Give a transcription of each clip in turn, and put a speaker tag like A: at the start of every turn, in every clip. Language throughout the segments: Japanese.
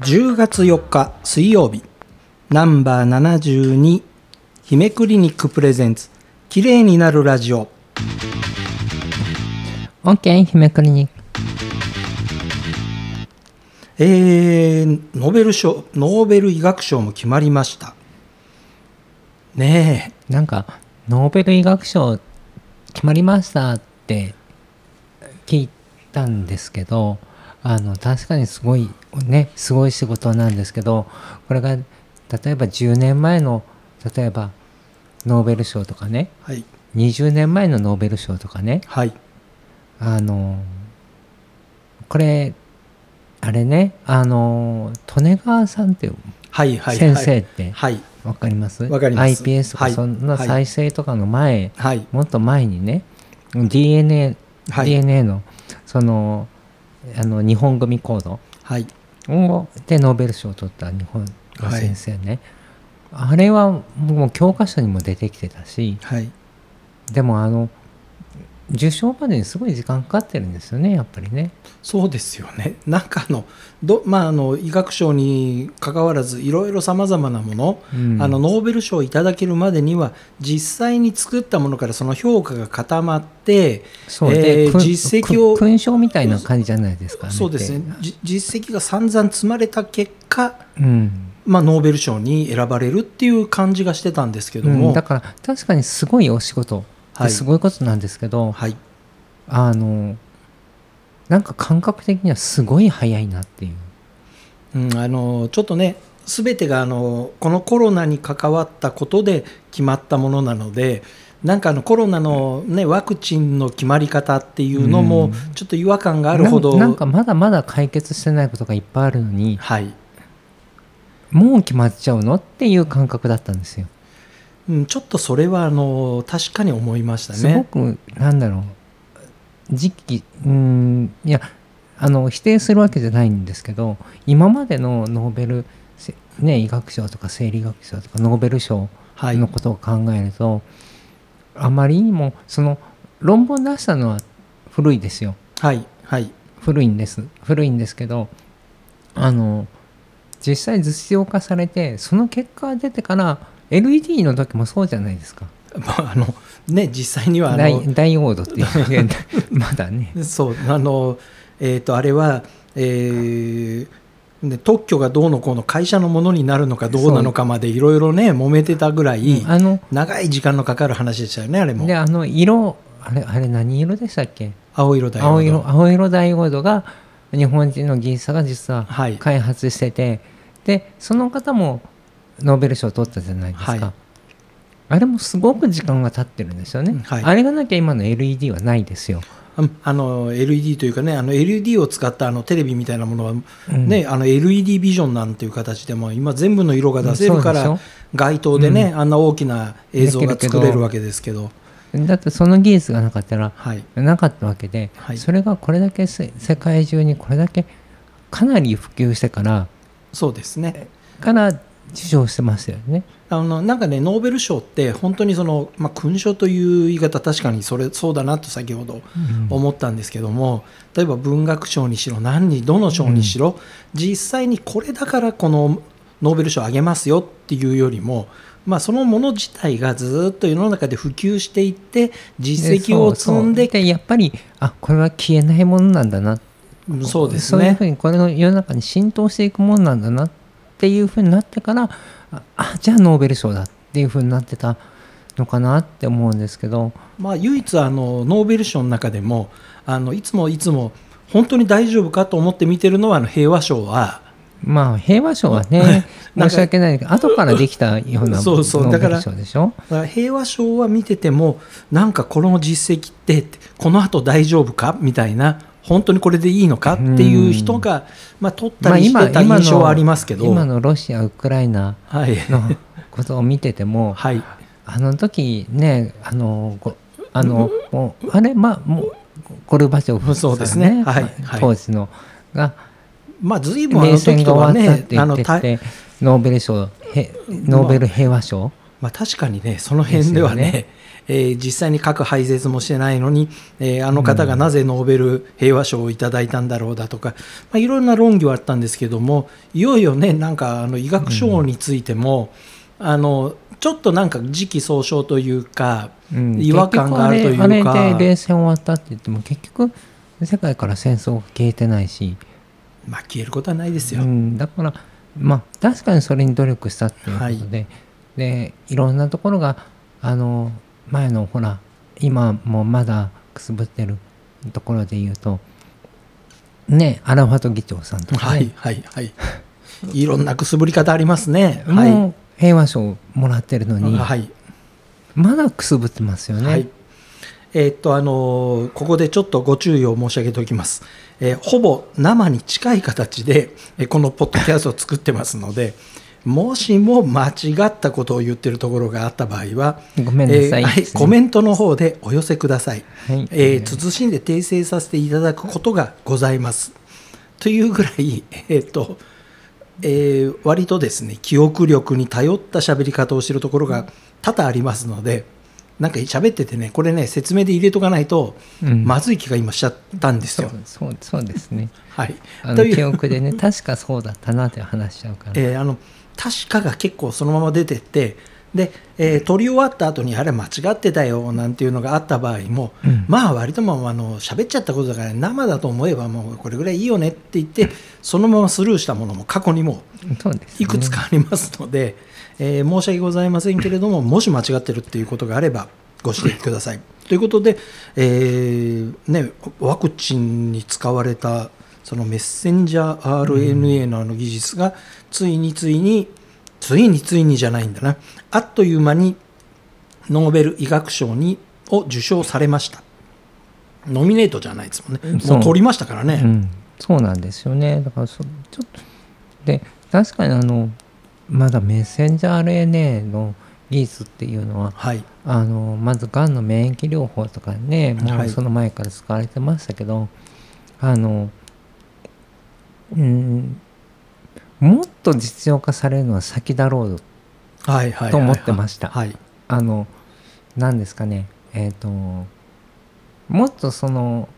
A: 10月4日水曜日ナンバー72姫クリニックプレゼンツ綺麗になるラジオ
B: OK、姫クリニック。
A: えー、ノーベル賞ノーベル医学賞も決まりましたね
B: なんか、ノーベル医学賞決まりましたって聞いたんですけど、あの、確かにすごい、ね、すごい仕事なんですけど、これが、例えば10年前の、例えば、ノーベル賞とかね、
A: えはい
B: 20年前のノーベル賞とかね、
A: はい
B: あの、これ、あれね、あの、利根川さんっていう
A: はいはい
B: 先生って、
A: はい
B: わかります
A: わかります
B: iPS と
A: は
B: か
A: い
B: そんな再生とかの前、
A: はい
B: もっと前にね DNA,、
A: はい
B: DNA のそのあの日本組コード
A: はい
B: をでノーベル賞を取った日本の先生ね、あれはもう教科書にも出てきてたし
A: はい
B: でもあの受賞までにすごい時間かかってるんですよねやっぱりね。
A: そうですよねなんかあのど、まあ、あの医学賞に関わらずいろいろさまざまなもの
B: うん
A: あのノーベル賞をいただけるまでには実際に作ったものからその評価が固まって、
B: そう
A: え
B: で、
A: ー
B: くん
A: 実績を
B: くん勲章みたいな感じじゃないですか、ね、
A: そうですね、じ実績が散々積まれた結果、
B: うん、
A: まあ、ノーベル賞に選ばれるっていう感じがしてたんですけど
B: う
A: も、
B: ん、だから確かにすごいお仕事
A: はい
B: すごいことなんですけど、
A: はい、
B: あのなんか感覚的にはすごい早いなっていう
A: うん、あのちょっとね全てがあのこのコロナに関わったことで決まったものなのでなんかあのコロナの、ね、ワクチンの決まり方っていうの
B: う
A: も
B: ん
A: ちょっと違和感があるほど、
B: ななんかまだまだ解決してないことがいっぱいあるのに
A: はい
B: もう決まっちゃうのっていう感覚だったんですよ、
A: うん、ちょっとそれはあの確かに思いました
B: すご
A: ね。
B: くなんだろう時期うんいやあの否定するわけじゃないんですけど今までのノーベル、せね、医学賞とか生理学賞とかノーベル賞
A: はい
B: のことを考えると、あまりにもその論文出したのは古いですよ
A: はいはい
B: 古いんです古いんですけどあの実際実用化されてその結果が出てから LED の時もそうじゃないですか
A: まああのね実際にはあ
B: ダ
A: の
B: イダイオードっ ていうまだね
A: そうあのえっ、とあれは、えーね、特許がどうのこうの会社のものになるのかどうなのかまでいろいろね揉めてたぐらい
B: あの
A: 長い時間のかかる話でしたよねあれも
B: であの色あれあれ何色でしたっけ
A: 青色だよ
B: 青色青色ダイオードが日本人の技術者が実は
A: はい
B: 開発してて、でその方もノーベル賞を取ったじゃないですか、
A: はい
B: あれもすごく時間が経ってるんですよね、
A: はい
B: あれがなきゃ今の LED はないですよ、
A: うんあの LED というかねあの LED を使ったあのテレビみたいなものは、
B: うん
A: ねあの LED ビジョンなんていう形でも今全部の色が出せ
B: う
A: る
B: んそ
A: か
B: うでし
A: ら
B: ょ
A: 街頭でね、あんな大きな映像が
B: できる
A: 作
B: けど
A: れるわけですけど
B: だってその技術がなかったら
A: はい
B: なかったわけで、
A: はい
B: それがこれだけせ世界中にこれだけかなり普及してから
A: そうですね
B: から受賞してましたよね
A: あのなんかねノーベル賞って本当にその、まあ、勲章という言い方確かにそれそうだなと先ほど思ったんですけども、例えば文学賞にしろ何にどの賞にしろ、実際にこれだからこのノーベル賞あげますよっていうよりも、まあ、そのもの自体がずっと世の中で普及していって実績を積んで
B: そうそうでやっぱりあこれは消えないものなんだな
A: うんそうです
B: そういう
A: ね
B: ふうにこれの世の中に浸透していくもんなんだなっていうふうになってからああじゃあノーベル賞だっていうふうになってたのかなって思うんですけど
A: まあ、唯一あのノーベル賞の中でもあのいつもいつも本当に大丈夫かと思って見てるのはあの平和賞は。
B: まあ平和賞はね
A: なんか
B: 申し訳ないけど後からできたような
A: そ
B: ノ
A: うそうだ
B: ー
A: か
B: ベ
A: ら
B: ル賞でしょ
A: だから平和賞は見ててもなんかこの実績ってってこのあと大丈夫かみたいな本当にこれでいいのかっていう人が、まあ、取ったりし
B: 今
A: てた
B: 今
A: 印象
B: の
A: はありますけど、
B: 今のロシアウクライナ
A: はい、
B: のことを見てて も
A: はい、
B: あの時ねあのごあのもうあれまあもうゴルバチョフさん
A: そうですねはいはい
B: 当時のが
A: まあ随分あ
B: 冷
A: の
B: 戦
A: 時
B: が
A: とは
B: 終わったっ
A: ね
B: て言って
A: た
B: て、ノーベル賞へノーベル平和賞
A: まあ、確かにね、その辺ではね、えー実際に核廃絶もしてないのに、えーあの方がなぜノーベル平和賞をいただいたんだろうだとか、まあ、いろんな論議はあったんですけども、いよいよね、なんかあの医学賞についても、あのちょっとなんか時期尚早というか、
C: うん
A: 違和感があるというか
B: 結局あれあれで冷戦終わったって言っても結局世界から戦争が消えてないし、
A: まあ、消えることはないです
B: う
A: よ。
B: ん、だからまあ確かにそれに努力したっていうこ
A: は
B: とで、、
A: い
B: でいろんなところがあの前のほら今もまだくすぶってるところで言うとねアラファト議長さんとか
A: は
B: ね、
A: いはいはい。いろんなくすぶり方ありますね。はい。
B: もう平和賞もらってるのに、
A: はい。
B: まだくすぶってますよね。
A: はい。えーっと、あのーここでちょっとご注意を申し上げておきます。えーほぼ生に近い形で、えーこのポッドキャストを作ってますので、もしも間違ったことを言ってるところがあった場合は、
B: ごめんなさい
A: えーはい、コメントの方でお寄せください。
B: はい
A: えー慎んで訂正させていただくことがございます。というぐらい、えーっと、えー割とですね記憶力に頼った喋り方をしているところが多々ありますのでなんか喋っててねこれね説明で入れとかないと、
B: うん
A: まずい気が今しちゃったんです
B: そ
A: よ
B: う。そうそうで すね。
A: はい、
B: あ
A: と
B: の
A: いう
B: 記憶でね確かそうだったなって話しちゃうから、
A: えーあの確かが結構そのまま出てってで、えー撮り終わった後にあれ間違ってたよなんていうのがあった場合も、
B: うん
A: まあ割ともうあの喋っちゃったことだから生だと思えばもうこれぐらいいいよねって言ってそのままスルーしたものも過去にも
B: そうです、ね、
A: いくつかありますので、えー申し訳ございませんけれども、もし間違ってるっていうことがあれば、ご指摘ください。ということで、えーね、ワクチンに使われたそのメッセンジャー RNA のあの技術が、ついについに、ついについにじゃないんだな、あっという間にノーベル医学賞にを受賞されました。ノミネートじゃないですもんね。
B: そ
A: も
B: う
A: う取りましたからね。
B: うん、そうなんですよねだからそちょっとで確かにあのまだメッセンジャー RNA の技術っていうのは
A: はい。
B: あのまずがんの免疫療法とかねも
A: は
B: う
A: い
B: その前から使われてましたけど、あのうんもっと実用化されるのは先だろう
A: はいはいはいはい
B: と思ってました。
A: はい。
B: あの何ですかねえっ、ともっとその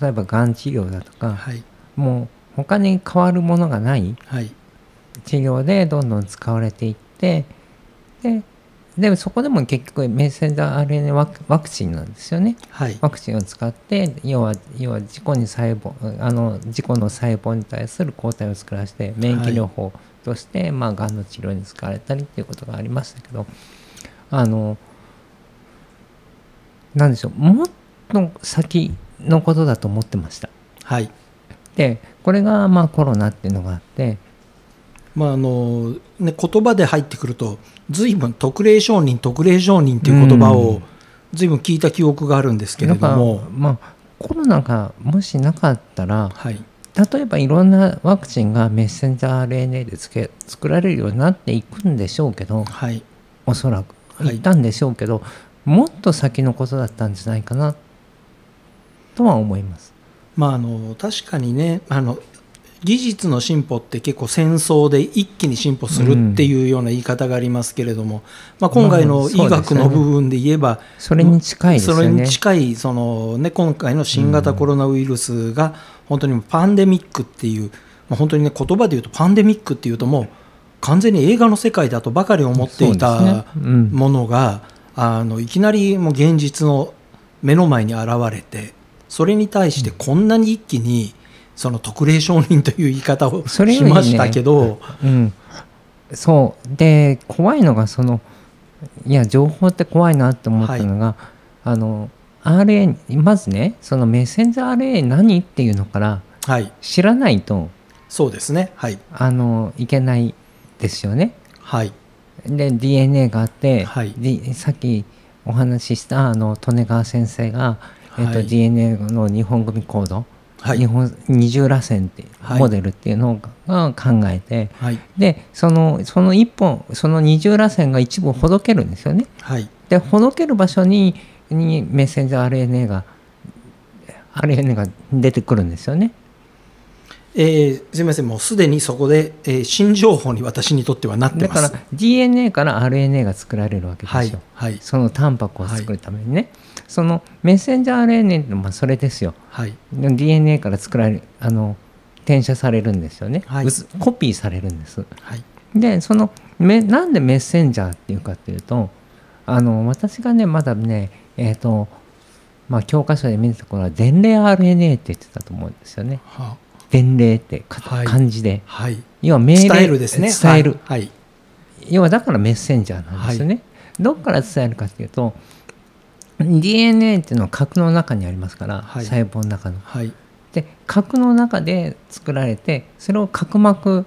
B: 例えばがん治療だとか、
A: はい。
B: もう他に変わるものがない
A: はい。
B: 治療でどんどん使われていってででもそこでも結局メッセンジャー RNA ワクワクチンなんですよね
A: はい。
B: ワクチンを使って要は要は事故に細胞あの事故の細胞に対する抗体を作らせて免疫療法として、まあがんの治療に使われたりっていうことがありましたけどあのなんでしょうもっと先のことだと思ってました。
A: はい。
B: でこれがまあコロナっていうのがあって
A: まああのね、言葉で入ってくると随分特例承認特例承認という言葉
B: う
A: を
B: ん
A: 随分聞いた記憶があるんですけれ
B: な
A: ど
B: んか
A: も、
B: まあコロナがもしなかったら
A: はい
B: 例えばいろんなワクチンがメッセンジャー RNA でつけ作られるようになっていくんでしょうけど
A: はい
B: おそらく
A: はい
B: いったんでしょうけど、もっと先のことだったんじゃないかなとは思います。
A: まあ、あの確かにねあの技術の進歩って結構戦争で一気に進歩するっていうような言い方がありますけれども、まあ、今回
B: まあ
A: の
B: そう
A: 医
B: です
A: 学
B: ね
A: の部分で言えば、
B: それに近いですよ
A: それに
B: ね。
A: 近いその、ね、今回の新型コロナウイルスが本当にもうパンデミックっていう、まあ本当に、ね、言葉で言うとパンデミックっていうともう完全に映画の世界だとばかり思ってい
B: そうで
A: た
B: すねうん
A: ものが、あのいきなりもう現実の目の前に現れてそれに対してこんなに一気にその特例承認という言い方を
B: それよ
A: し
B: りね
A: ましたけど、
B: うん、そうで怖いのがそのいや情報って怖いなって思ったのが、あの RA まずねそのメッセンジャー RA 何っていうのから
A: はい、
B: 知らないと
A: そうですねはい
B: あのいけないですよね。
A: はい
B: で DNA があって、
A: はい
B: でさっきお話ししたあの利根川先生が、えっ
A: は
B: と
A: い
B: DNA の日本組コード、
A: はい
B: 日本二重らせんって、
A: はい
B: モデルっていうのが考えて、
A: はい
B: でそのその一本その二重らせんが一部ほどけるんですよね。
A: はい
B: でほどける場所ににメッセンジャー RNA が RNA が出てくるんですよね。
A: えーすみません、もうすでにそこで、えー新情報に私にとってはなって
B: だ
A: ます。
B: から DNA から RNA が作られるわけでしょ、
A: はい、はい、
B: そのタンパクを作るためにね、そのメッセンジャー RNA ってまあそれですよ
A: はい、
B: DNA から作られるあの転写されるんですよね、
A: はい
B: うつコピーされるんです
A: はい、
B: でそのめなんでメッセンジャーっていうかっていうとあの私がねまだねえっ、とまあ教科書で見てた頃は伝令 RNA って言ってたと思うんですよね
A: は
B: 伝令ってか
A: はい
B: 漢字で
A: はい、
B: 要は命令
A: 伝えるですね。
B: 伝える、
A: はい、はい
B: 要はだからメッセンジャーなんですよね、どっから伝えるかっていうと DNA っていうのは核の中にありますから、
A: はい
B: 細胞の中の
A: はい、
B: で核の中で作られてそれを角膜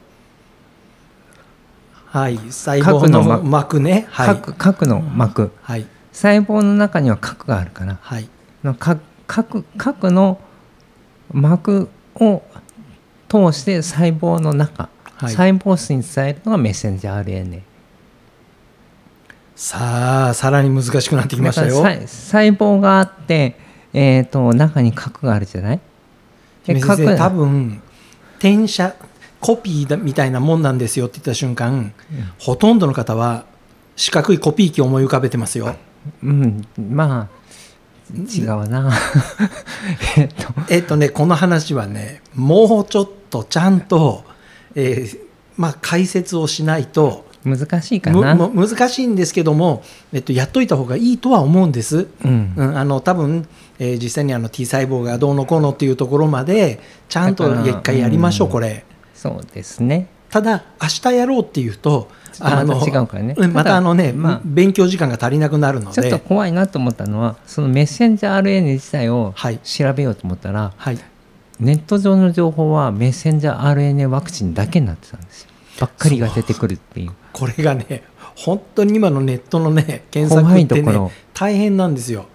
A: はい、細胞の
B: 核の
A: 膜ね。はい、
B: 核,、核の膜、
A: はい、
B: 細胞の中には核があるから
A: はい、
B: の核核核の膜を通して細胞の中、
A: はい
B: 細胞質に伝えるのがメッセンジャー RNA
A: さあ、さらに難しくなってきましたよ。
B: だからさい細胞があって、えー、と中に核があるじゃない
A: 姫先生
B: 核
A: 多分転写コピーだみたいなもんなんですよって言った瞬間、ほとんどの方は四角いコピー機を思い浮かべてますよ。
B: うんまあ違 うなえっと
A: えっとねこの話はねもうちょっとちゃんと、えーまあ、解説をしないと
B: 難しいか
A: む
B: な
A: む難しいんですけども、えっと、やっといた方がいいとは思うんです。
B: うん
A: うん、あの多分、えー実際にあの T 細胞がどうのこうのっていうところまでちゃんと
B: だから
A: 一回やりましょう、
B: うん
A: これ。
B: そうですね
A: ただ明日やろうっていうと
B: ちょっとまた違うからね
A: あのうんま
B: た
A: た
B: だ
A: あのね、
B: まあ
A: 勉強時間が足りなくなるの
B: ちょっ
A: で
B: と怖いなと思ったのはそのメッセンジャー RNA 自体を
A: はい
B: 調べようと思ったら、
A: はい
B: ネット上の情報はメッセンジャー RNA ワクチンだけになってたんですよばっかりが出てくるっていう
A: これがね本当に今のネットのね検索っ
B: 怖い
A: て
B: とこ
A: ね
B: ろ
A: 大変なんですよ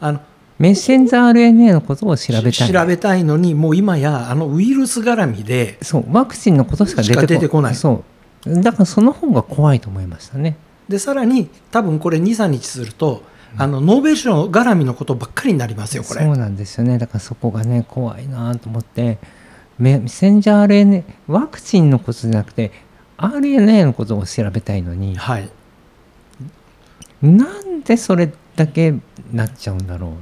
A: あの
B: メッセンジャー RNA のことを調べたい
A: 調べたいのにもう今やあのウイルス絡みで
B: そうワクチンのことしか出てこ
A: しか出てこない
B: そうだからその方が怖いと思いましたね
A: でさらに多分これ23日するとあのノーベル賞絡みのことばっかりになりますよこれ
B: そうなんですよねだからそこがね怖いなと思ってメッセンジャー RNA ワクチンのことじゃなくて RNA のことを調べたいのに
A: はい
B: なんでそれだけなっちゃうんだろう思っ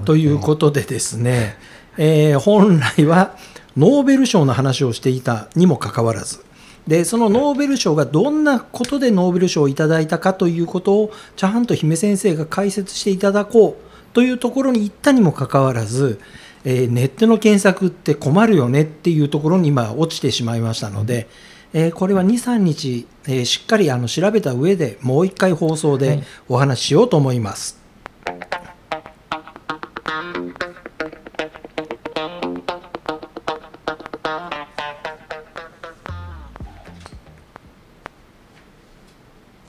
B: て
A: ということでですね、えー本来はノーベル賞の話をしていたにもかかわらずでそのノーベル賞がどんなことでノーベル賞をいただいたかということをちゃんと姫先生が解説していただこうというところに行ったにもかかわらず、えーネットの検索って困るよねっていうところに今落ちてしまいましたので、えーこれは23日、えーしっかりあの調べた上でもう一回放送
B: は
A: で
B: い
A: お話ししようと思います。